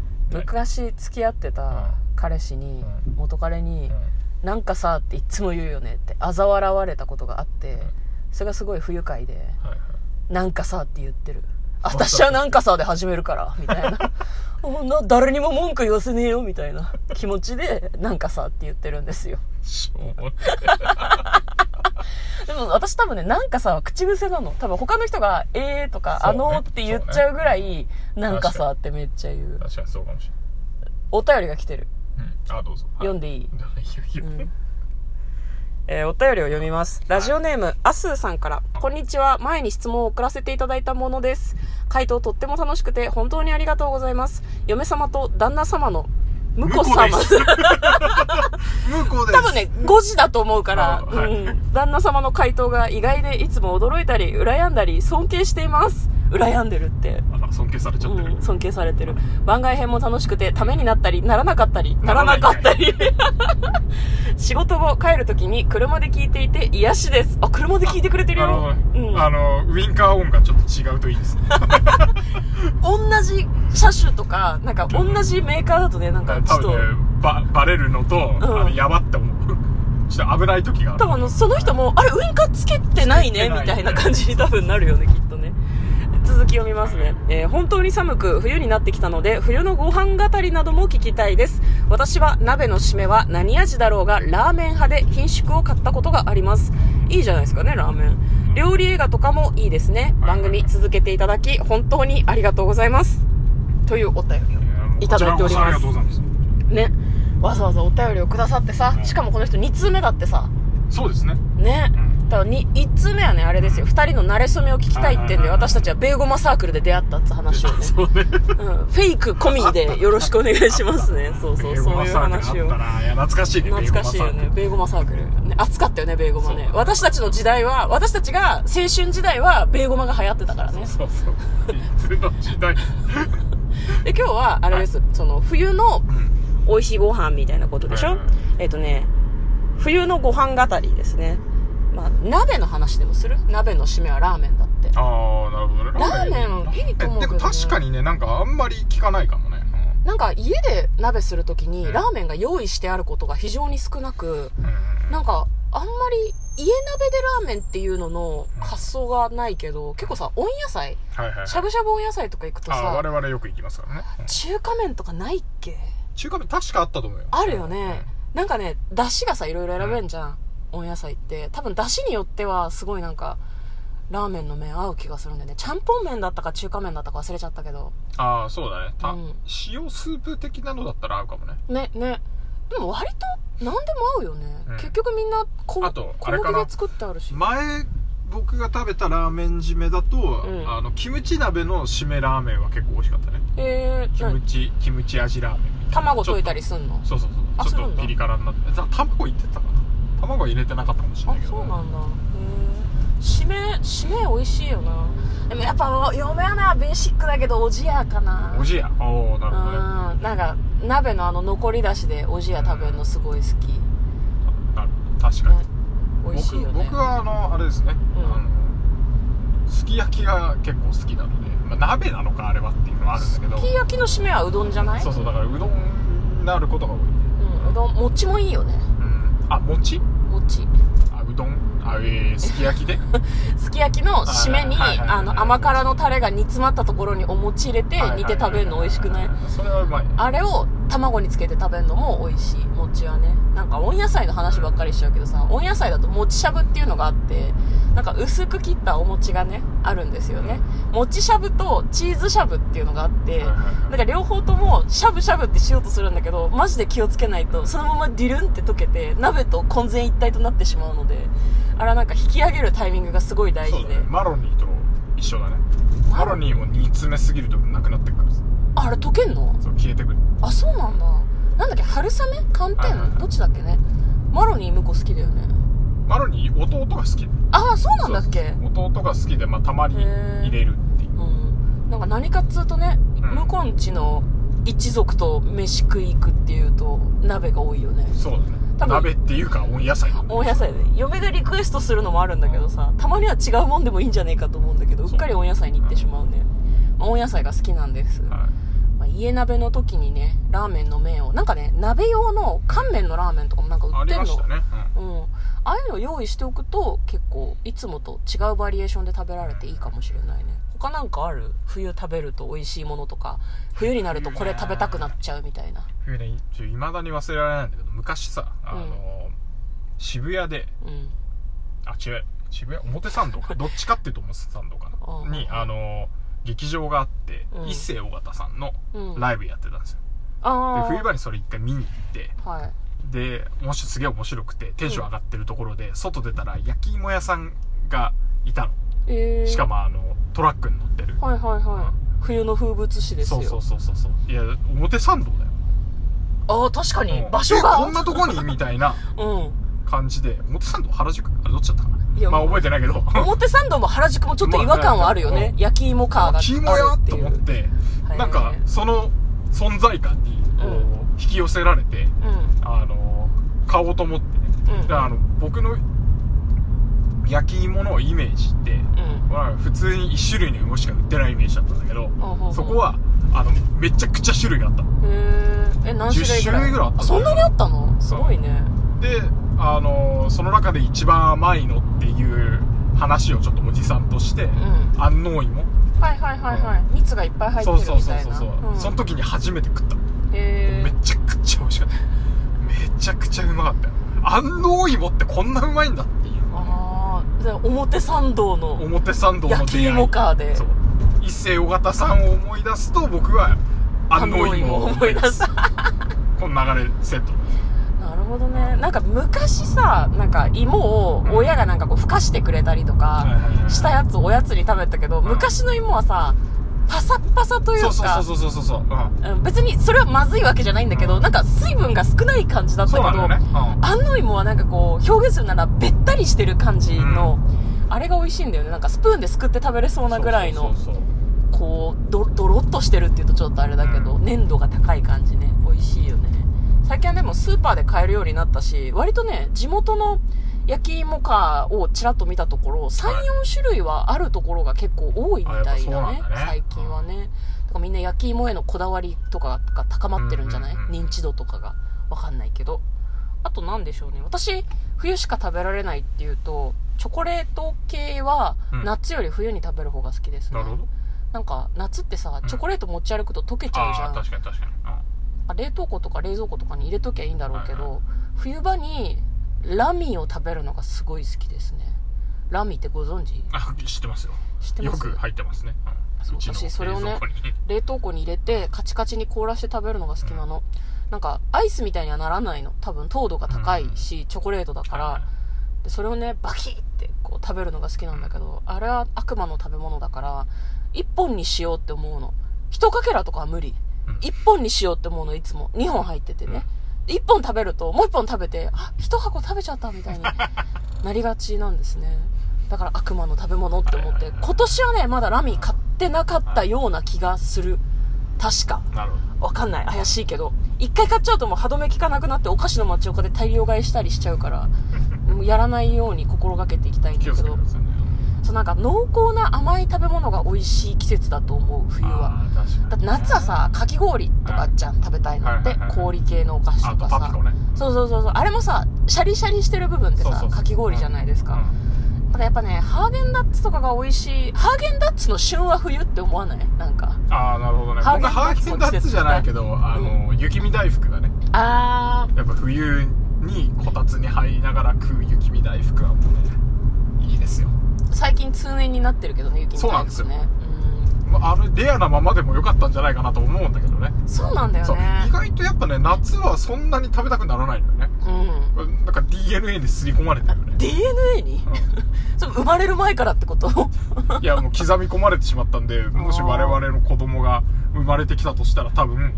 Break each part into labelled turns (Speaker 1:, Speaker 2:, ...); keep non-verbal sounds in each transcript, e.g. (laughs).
Speaker 1: ね
Speaker 2: 昔付き合ってた彼氏に、
Speaker 1: うん
Speaker 2: 元彼に、なんかさ」っていつも言うよねって嘲笑われたことがあって、
Speaker 1: うん
Speaker 2: それがすごい不愉快で
Speaker 1: うんはいはい
Speaker 2: 「なんかさ」って言ってる「
Speaker 1: う
Speaker 2: 私はなんかさ」で始めるからみた
Speaker 1: (laughs)
Speaker 2: いなこんな誰にも文句言わせねえよみたいな気持ちで「なんかさ」って言ってるんですよ
Speaker 1: しょうもない
Speaker 2: でも私多分ね「なんかさ」は口癖なの多分他の人が「えー」とか「
Speaker 1: そ
Speaker 2: あ
Speaker 1: うね
Speaker 2: のー」って言っちゃうぐらい「なんかさ」ってめっちゃ言う
Speaker 1: 確かにそうかもし
Speaker 2: お便りが来てる
Speaker 1: れない、うん、あどうぞ、はい、
Speaker 2: 読んでい
Speaker 1: (laughs)
Speaker 2: い
Speaker 1: いいよいいよ
Speaker 2: えーお便りを読みます。ラジオネーム、アスーさんから。こんにちは。前に質問を送らせていただいたものです。回答とっても楽しくて、本当にありがとうございます。嫁様と旦那様の、
Speaker 1: (laughs)
Speaker 2: 婿様。
Speaker 1: 婿です向こうです
Speaker 2: (laughs) 多分ね、5時だと思うから、
Speaker 1: あはい
Speaker 2: うん、旦那様の回答が意外で、いつも驚いたり、羨んだり、尊敬しています。羨んでるって。
Speaker 1: あら尊敬されちゃってる、
Speaker 2: うん、尊敬されてる番外編も楽しくてためになったりならなかったりならなかったり (laughs) 仕事後帰るときに車で聞いていて癒しですあ車で聞いてくれてる
Speaker 1: なるほ
Speaker 2: よ
Speaker 1: ど、ね
Speaker 2: うん
Speaker 1: あのウインカー音がちょっと違うとい
Speaker 2: (laughs)
Speaker 1: いですね
Speaker 2: 同じ車種とかなんか同じメーカーだとねなんかちょ
Speaker 1: 多
Speaker 2: っと
Speaker 1: 分ねばバレるのと、あのやばって思うちょっと危ない時がある
Speaker 2: 多分あのその人もあれウインカーつけてないねみたいな感じに多分なるよねきっとね続き読みますね、えー本当に寒く冬になってきたので冬のご飯語りなども聞きたいです私は鍋の締めは何味だろうがラーメン派で品種を買ったことがありますいいじゃないですかねラーメン料理映画とかもいいですね番組続けていただき本当にありがとうございますというお便りを
Speaker 1: やもう
Speaker 2: いただいております
Speaker 1: こちらこそありがとうございます
Speaker 2: ねわざわざお便りをくださってさしかもこの人2通目だってさ
Speaker 1: そうですね
Speaker 2: ね
Speaker 1: うん
Speaker 2: だからに1通目はねあれですよ2人の馴れ初めを聞きたいってん
Speaker 1: はいはいはい
Speaker 2: で
Speaker 1: はい
Speaker 2: 私たちはベーゴマサークルで出会ったって話をね、
Speaker 1: そうね
Speaker 2: うん、フェイク込みでよろしくお願いします
Speaker 1: (laughs)
Speaker 2: ねそうそうそういう話
Speaker 1: ベーゴマサークルあっ
Speaker 2: を
Speaker 1: たないや懐かしいね
Speaker 2: 懐かしいよねベーゴマサークル、ね、暑かったよねベーゴマね
Speaker 1: そう
Speaker 2: 私たちの時代は私たちが青春時代はベーゴマが流行ってたから
Speaker 1: ベーゴ
Speaker 2: ね
Speaker 1: マ
Speaker 2: (laughs)
Speaker 1: サークルそうそういつの時代
Speaker 2: で今日はあれです、その冬の美味しいご飯みたいなことでしょ、
Speaker 1: はいはい
Speaker 2: えっ、とね冬のご飯語りですねまあ鍋の話でもする鍋の締めはラーメンだって
Speaker 1: ああなるほどね
Speaker 2: ラーメンいいと思うけどね
Speaker 1: でも確かにねなんかあんまり聞かないかもね
Speaker 2: なんか家で鍋するとき
Speaker 1: う
Speaker 2: に
Speaker 1: ん
Speaker 2: ラーメンが用意してあることが非常に少なく、
Speaker 1: うんうん
Speaker 2: なんかあんまり家鍋でラーメンっていうのの発想がないけど、結構さ、温野菜
Speaker 1: はいはいはい
Speaker 2: しゃぶしゃぶ温野菜とか行くと
Speaker 1: ああ我
Speaker 2: さ、
Speaker 1: 々よく行きますからねうん
Speaker 2: 中華麺とかないっけ
Speaker 1: 中華麺確かあったと思うよ
Speaker 2: あるよね。なんかね、出汁がさ、いろいろ選べんじゃん。温野菜って。多分出汁によってはすごいなんか、ラーメンの麺合う気がするんだよね。ちゃんぽん麺だったか中華麺だったか忘れちゃったけど。
Speaker 1: ああそうだねた
Speaker 2: うん
Speaker 1: 塩スープ的なのだったら合うかもね
Speaker 2: ねねでも割と何でも合うよね、
Speaker 1: うん
Speaker 2: 結局みんなこ
Speaker 1: あと
Speaker 2: 小
Speaker 1: あれかな
Speaker 2: 麦で作ってあるし
Speaker 1: 前僕が食べたラーメン締めだと、
Speaker 2: うん
Speaker 1: あのキムチ鍋の締めラーメンは結構美味しかったね
Speaker 2: えー、
Speaker 1: キム
Speaker 2: 何
Speaker 1: チキムチ味ラーメンみたいな
Speaker 2: 卵溶いた
Speaker 1: り
Speaker 2: りすんの
Speaker 1: そうそう
Speaker 2: あ
Speaker 1: そうちょ
Speaker 2: する
Speaker 1: っ
Speaker 2: んだ
Speaker 1: とピリ辛になってた卵いってたかな卵は入れてなかったかもしれ
Speaker 2: あ
Speaker 1: ないけど、
Speaker 2: そ
Speaker 1: ね、
Speaker 2: うなんだへえ締め締め美味しいよなでもやっぱ嫁はなベーシックだけどおじやかな
Speaker 1: おじやおおな
Speaker 2: う
Speaker 1: るほどね
Speaker 2: んなんか鍋のあの残り出しでおじや食べるのすごい好き、ね、
Speaker 1: あ確かに、
Speaker 2: 美味しいよ
Speaker 1: 僕
Speaker 2: ね
Speaker 1: 僕はあのあれですね、
Speaker 2: うん
Speaker 1: あのすき焼きが結構好きなので、まあ、鍋なのかあれはっていうのはあるんだけど
Speaker 2: すき焼きの締めはうどんじゃない
Speaker 1: そうそうだからうどんになることが多いね
Speaker 2: うん、うどん餅もいいよね
Speaker 1: うんあ餅
Speaker 2: 餅
Speaker 1: あうどんあえー、すき
Speaker 2: (laughs)
Speaker 1: 焼きで
Speaker 2: すき焼きの締めに
Speaker 1: はいはいはいはい
Speaker 2: あの甘辛のタレが煮詰まったところにお餅入れて煮て食べるの美味しくない
Speaker 1: それはうまいね
Speaker 2: あれを卵につけて食べるのも美味しい餅はねなんか温野菜の話ばっかりしちゃうけどさ温野菜だと餅しゃぶっていうのがあってなんか薄く切ったお餅がねあるんですよね餅しゃぶとチーズしゃぶっていうのがあって
Speaker 1: はいはい
Speaker 2: なんか両方ともしゃぶしゃぶってしようとするんだけどマジで気をつけないとそのままディルンって溶けて鍋と混然一体となってしまうのであれはなんか引き上げるタイミングがすごい大
Speaker 1: そ
Speaker 2: 事
Speaker 1: う
Speaker 2: で、
Speaker 1: だねマロニーと一緒だね
Speaker 2: マ
Speaker 1: マ
Speaker 2: ロ
Speaker 1: ロニーも煮詰めすぎるとなくなってくからさ
Speaker 2: あれ溶けんの
Speaker 1: そう消えてくる
Speaker 2: あそうなんだなんだっけ春雨寒
Speaker 1: はいはいは
Speaker 2: 天
Speaker 1: い
Speaker 2: どっちだっけねマロニー向こう好きだよね
Speaker 1: マロニー弟が好き
Speaker 2: ああそうなんだっけ
Speaker 1: そうそう弟が好きで、まあ、たまに入れるっていう
Speaker 2: うんなんか何かっつうとね、
Speaker 1: うん
Speaker 2: 向こうんちの一族と飯食い行くっていうと鍋が多いよね
Speaker 1: そうだね
Speaker 2: 多分
Speaker 1: 鍋っていうか温野菜
Speaker 2: 温野菜で嫁がリクエストするのもあるんだけどさたまには違うもんでもいいんじゃねえかと思うんだけどう
Speaker 1: そう
Speaker 2: っかり温野菜に行ってしまうね、まあ温野菜が好きなんです、
Speaker 1: は
Speaker 2: まあ、い家鍋の時にねラーメンの麺をなんかね鍋用の乾麺のラーメンとかもなんか売
Speaker 1: あ
Speaker 2: って
Speaker 1: り
Speaker 2: る
Speaker 1: ま
Speaker 2: の
Speaker 1: したね、
Speaker 2: うん、ああいうの用意しておくと結構いつもと違うバリエーションで食べられていいかもしれないね他なんかある冬食べると美味しいものとか冬になるとこれ食べたくなっちゃうみたいな
Speaker 1: うん、ねいまだに忘れられないんだけど昔さあの、渋谷で
Speaker 2: うん
Speaker 1: あ違う渋谷表参道
Speaker 2: (laughs)
Speaker 1: かどっちかっていうと表参道か
Speaker 2: うん
Speaker 1: なにあの劇場があって、
Speaker 2: うん
Speaker 1: 一世尾形さんの
Speaker 2: うん
Speaker 1: ライブやってたんですよ、
Speaker 2: ああ
Speaker 1: で冬場にそれ一回見に行って
Speaker 2: はい
Speaker 1: でもしすげえ面白くてテンション上がってるところで、外出たら焼き芋屋さんがいたの、
Speaker 2: えー、
Speaker 1: しかもあのトラックに乗ってる、
Speaker 2: はいはいはい冬の風物詩です
Speaker 1: そ
Speaker 2: よ
Speaker 1: うそうそうそうそういや表参道だよ
Speaker 2: ああ確かに
Speaker 1: うん
Speaker 2: 場所が
Speaker 1: えこんなとこにみたいな
Speaker 2: うん
Speaker 1: 感じで表参道原宿あれどっちだったか
Speaker 2: いや
Speaker 1: なまあ覚えてないけど
Speaker 2: (laughs) 表参道も原宿もちょっと違和感はあるよ
Speaker 1: まあ
Speaker 2: ね、
Speaker 1: うん
Speaker 2: 焼き芋カーがあるっていう
Speaker 1: キモやと思って
Speaker 2: はい
Speaker 1: なんかその存在感にこう
Speaker 2: うん
Speaker 1: 引き寄せられて
Speaker 2: うん
Speaker 1: あの買おうと思ってね
Speaker 2: うん
Speaker 1: だからあの僕の焼き芋のイメージって
Speaker 2: うん
Speaker 1: まあ普通に1種類の芋しか売ってないイメージだったんだけど
Speaker 2: ほうほう
Speaker 1: そこはあのめちゃくちゃ種類があったの
Speaker 2: へーえ何種類ぐらい
Speaker 1: 10種類ぐらいあったんだ
Speaker 2: そ
Speaker 1: よ
Speaker 2: んなにあったのすごいね
Speaker 1: であのその中で一番甘いのっていう話をちょっとおじさんとして
Speaker 2: うん
Speaker 1: 安納芋
Speaker 2: はいはいはいはい、蜜がいっぱい入って
Speaker 1: そ
Speaker 2: る
Speaker 1: うそう
Speaker 2: み
Speaker 1: そう
Speaker 2: たい
Speaker 1: そう
Speaker 2: な
Speaker 1: そう、
Speaker 2: うん
Speaker 1: その時に初めて食った
Speaker 2: へ
Speaker 1: め
Speaker 2: ー
Speaker 1: ちゃくちゃ美味しかっためちゃくちゃうまかったよ安納芋ってこんなうまいんだっていう
Speaker 2: ああで表参道の
Speaker 1: 表参道の出会い
Speaker 2: 焼き芋カーで
Speaker 1: そう一世尾形さんを思い出すと僕は安納芋を思い出す
Speaker 2: 安納芋を
Speaker 1: この流れセット
Speaker 2: なるほどねなんか昔さなんか芋を親がなんかこうふかしてくれたりとかしたやつをおやつに食べたけど
Speaker 1: ん
Speaker 2: 昔の芋はさパサッパサという
Speaker 1: そ
Speaker 2: か
Speaker 1: うそうそうそうそうそう、うん、
Speaker 2: うん別にそれはまずいわけじゃないんだけど、
Speaker 1: うん
Speaker 2: なんか水分が少ない感じだったけ
Speaker 1: そうなの
Speaker 2: ど、
Speaker 1: よね、うん
Speaker 2: あの芋はなんかこう表現するならべったりしてる感じの、あれが美味しいんだよねなんかスプーンですくって食べれそうなぐらいの
Speaker 1: そうそうそう
Speaker 2: こうどドロッとしてるっていうとちょっとあれだけど、
Speaker 1: うん
Speaker 2: 粘度が高い感じね美味しいよね最近はでもスーパーで買えるようになったし割とね地元の焼き芋カーをちらっと見たところ34
Speaker 1: はい
Speaker 2: 種類はあるところが結構多いみた
Speaker 1: あやっぱ
Speaker 2: い
Speaker 1: そう
Speaker 2: だ
Speaker 1: な
Speaker 2: ね
Speaker 1: んだね
Speaker 2: 最近はねだからみんな焼き芋へのこだわりとかが高まってるんじゃない、
Speaker 1: うんうんうんうん
Speaker 2: 認知度とかがわかんないけどあと何でしょうね私冬しか食べられないっていうとチョコレート系は
Speaker 1: うん
Speaker 2: 夏より冬に食べる方が好きです
Speaker 1: そう
Speaker 2: ね、
Speaker 1: なるほど
Speaker 2: なんか夏ってさ
Speaker 1: うん
Speaker 2: チョコレート持ち歩くと溶けちゃうじゃ
Speaker 1: ああ
Speaker 2: ん、
Speaker 1: 確かに確かに、う
Speaker 2: 冷凍庫とか冷蔵庫とかに入れときゃいいんだろうけど、
Speaker 1: はいは
Speaker 2: 冬場にラミを食べるのがすごい好きですねラミってご存知
Speaker 1: ん、あ知ってますよ
Speaker 2: 知って
Speaker 1: よ
Speaker 2: ます
Speaker 1: く入ってますね、うん
Speaker 2: そう
Speaker 1: ちの
Speaker 2: 私それをね
Speaker 1: 冷蔵庫に
Speaker 2: 冷凍庫に入れてカチカチに凍らして食べるのが好きなの、なんかアイスみたいにはならないの多分糖度が高いし、チョコレートだから、
Speaker 1: はい
Speaker 2: でそれをねバキってこう食べるのが好きなんだけど、あれは悪魔の食べ物だから一本にしようって思うの一かけらとかは無理
Speaker 1: うん
Speaker 2: 一本にしようって思うのいつも二本入っててね一本食べるともう一本食べてあ一箱食べちゃったみたい
Speaker 1: (laughs)
Speaker 2: になりがちなんですねだから悪魔の食べ物って思っ
Speaker 1: はいは
Speaker 2: て
Speaker 1: いはい
Speaker 2: 今年はねまだラミ買ってなかったような気がする確か
Speaker 1: (laughs) なるほど
Speaker 2: わかんない怪しいけど一回買っちゃうともう歯止め効かなくなってお菓子の町岡で大量買いしたりしちゃうからもうやらないように心がけていきたいん
Speaker 1: 気
Speaker 2: だ
Speaker 1: を
Speaker 2: け
Speaker 1: つけ
Speaker 2: ど
Speaker 1: てくださいね
Speaker 2: そうなんか濃厚な甘い食べ物が美味しい季節だと思う冬は
Speaker 1: あー確かに
Speaker 2: だって夏はさかき氷とかじゃん食べたいのって、
Speaker 1: はいはいはい
Speaker 2: 氷系のお菓子
Speaker 1: あ
Speaker 2: と
Speaker 1: と
Speaker 2: か
Speaker 1: パピ
Speaker 2: さ
Speaker 1: コね
Speaker 2: そうそうそうそうあれもさシャリシャリしてる部分って
Speaker 1: そうそう
Speaker 2: さ
Speaker 1: そう
Speaker 2: かき氷じゃないですか、
Speaker 1: うん
Speaker 2: だからやっぱねハーゲンダッツとかが美味しいハーゲンダッツの旬は冬って思わないなんか
Speaker 1: ああなるほどね
Speaker 2: ハー
Speaker 1: 僕
Speaker 2: ゲンダッツ
Speaker 1: ハーゲンダッツじゃないけどあの、雪見大福だね
Speaker 2: あ
Speaker 1: やっぱ冬にこたつに入りながら食う雪見大福はもうねいいですよ
Speaker 2: ー最近通年になってるけどね雪みたい
Speaker 1: そうなんですよ
Speaker 2: ね
Speaker 1: まああのレアなままでも良かったんじゃないかなと思うんだけどね
Speaker 2: うんそうなんだよ
Speaker 1: そう意
Speaker 2: ね
Speaker 1: 外とやっぱね夏はそんなに食べたくならないんだよね
Speaker 2: うん
Speaker 1: これなんか DNA に刷り込まれてるよ
Speaker 2: (laughs)
Speaker 1: ね
Speaker 2: DNA に、そう生まれる前からってこと
Speaker 1: いやもう刻み込まれてしまったんでもし我々の子供が生まれてきたとしたら多分
Speaker 2: うん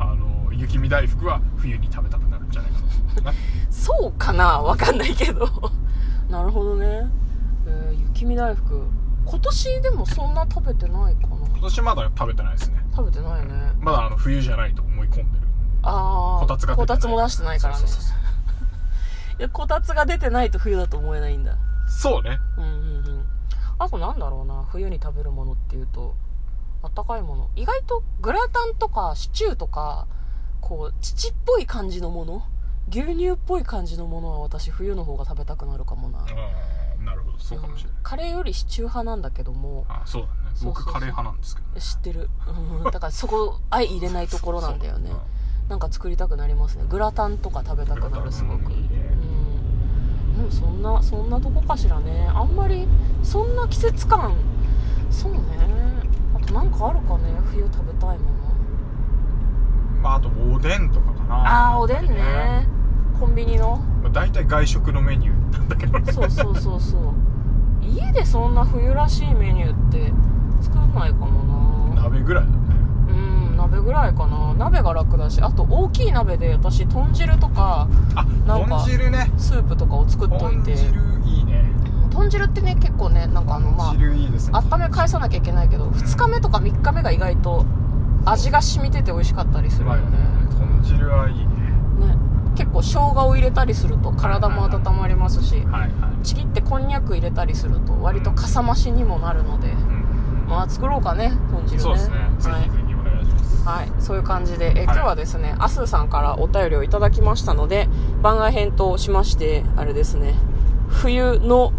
Speaker 1: あの雪見大福は冬に食べたくなるんじゃない
Speaker 2: (laughs)
Speaker 1: かなと、
Speaker 2: そうかなわかんないけどなるほどね、えー雪見大福今年でもそんな食べてないかな
Speaker 1: 今年まだ食べてないですね
Speaker 2: 食べてないよね
Speaker 1: まだあの冬じゃないと思い込んでる
Speaker 2: ああ
Speaker 1: こたつが出てない
Speaker 2: こたつも出してないからね
Speaker 1: そうそうそう
Speaker 2: いやこたつが出てないと冬だと思えないんだ
Speaker 1: そうね
Speaker 2: うんうんうんあとなんだろうな冬に食べるものっていうとあったかいもの意外とグラタンとかシチューとかこう乳っぽい感じのもの牛乳っぽい感じのものは私冬の方が食べたくなるかもな、
Speaker 1: ああなるほどそうかもしれ
Speaker 2: う
Speaker 1: ない、
Speaker 2: んカレーよりシチュー派なんだけども
Speaker 1: ああそうだね
Speaker 2: そうそう
Speaker 1: 僕
Speaker 2: そう
Speaker 1: カレー派なんですけどね
Speaker 2: 知ってる、うん、だからそこ相入れないところなんだよね
Speaker 1: そう
Speaker 2: なんか作りたくなりますねグラタンとか食べたくなるすごく
Speaker 1: いいね
Speaker 2: うんでもそんなそんなとこかしらねあんまりそんな季節感そうねあとなんかあるかね冬食べたいもの
Speaker 1: まああとおでんとかかな
Speaker 2: あーおでんねコンビニの
Speaker 1: まあ、大体外食のメニューなんだけどね
Speaker 2: そうそうそうそう家でそんな冬らしいメニューって作んないかもな
Speaker 1: 鍋ぐらいだね
Speaker 2: うん鍋ぐらいかな鍋が楽だしあと大きい鍋で私豚汁とか
Speaker 1: あ
Speaker 2: なんか
Speaker 1: 豚汁ね
Speaker 2: スープとかを作っとい
Speaker 1: 豚
Speaker 2: て
Speaker 1: 汁いいね
Speaker 2: うん豚汁ってね結構ねなんかあのま
Speaker 1: 豚汁いいですね
Speaker 2: あ温め返さなきゃいけないけど2日目とか3日目が意外と味が染みてて美味しかったりす
Speaker 1: う
Speaker 2: るよ
Speaker 1: まいよ
Speaker 2: ね
Speaker 1: ね豚汁はいいね
Speaker 2: ね結構生姜を入れたりすると体も温まりますし
Speaker 1: はいはい
Speaker 2: ちぎってこんにゃく入れたりすると割とかさ増しにもなるので
Speaker 1: うん
Speaker 2: まあ作ろうかね豚汁ね
Speaker 1: そうですねぜ
Speaker 2: はい
Speaker 1: ひぜひお願いします
Speaker 2: はい、そういう感じで、え今日はですね、アスさんからお便りをいただきましたので、番外編としまして、あれですね、冬の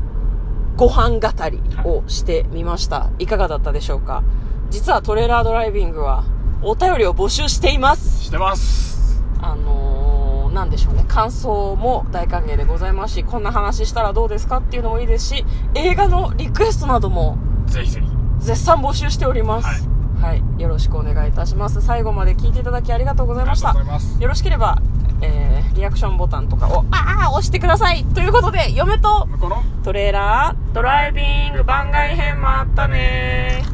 Speaker 2: ご飯語りをしてみました。いかがだったでしょうか実はトレーラードライビングは、お便りを募集しています。
Speaker 1: してます
Speaker 2: あのー、なんでしょうね、感想も大歓迎でございますし、こんな話したらどうですかっていうのもいいですし、映画のリクエストなども
Speaker 1: ぜひぜひ
Speaker 2: 絶賛募集しております、はいよろしくお願いいたします最後まで聞いていただきありがとうございました
Speaker 1: ありがとうございます
Speaker 2: よろしければ、えーリアクションボタンとかをああ押してくださいということで嫁と
Speaker 1: 向こうの
Speaker 2: トレーラードライビング番外編もあったねー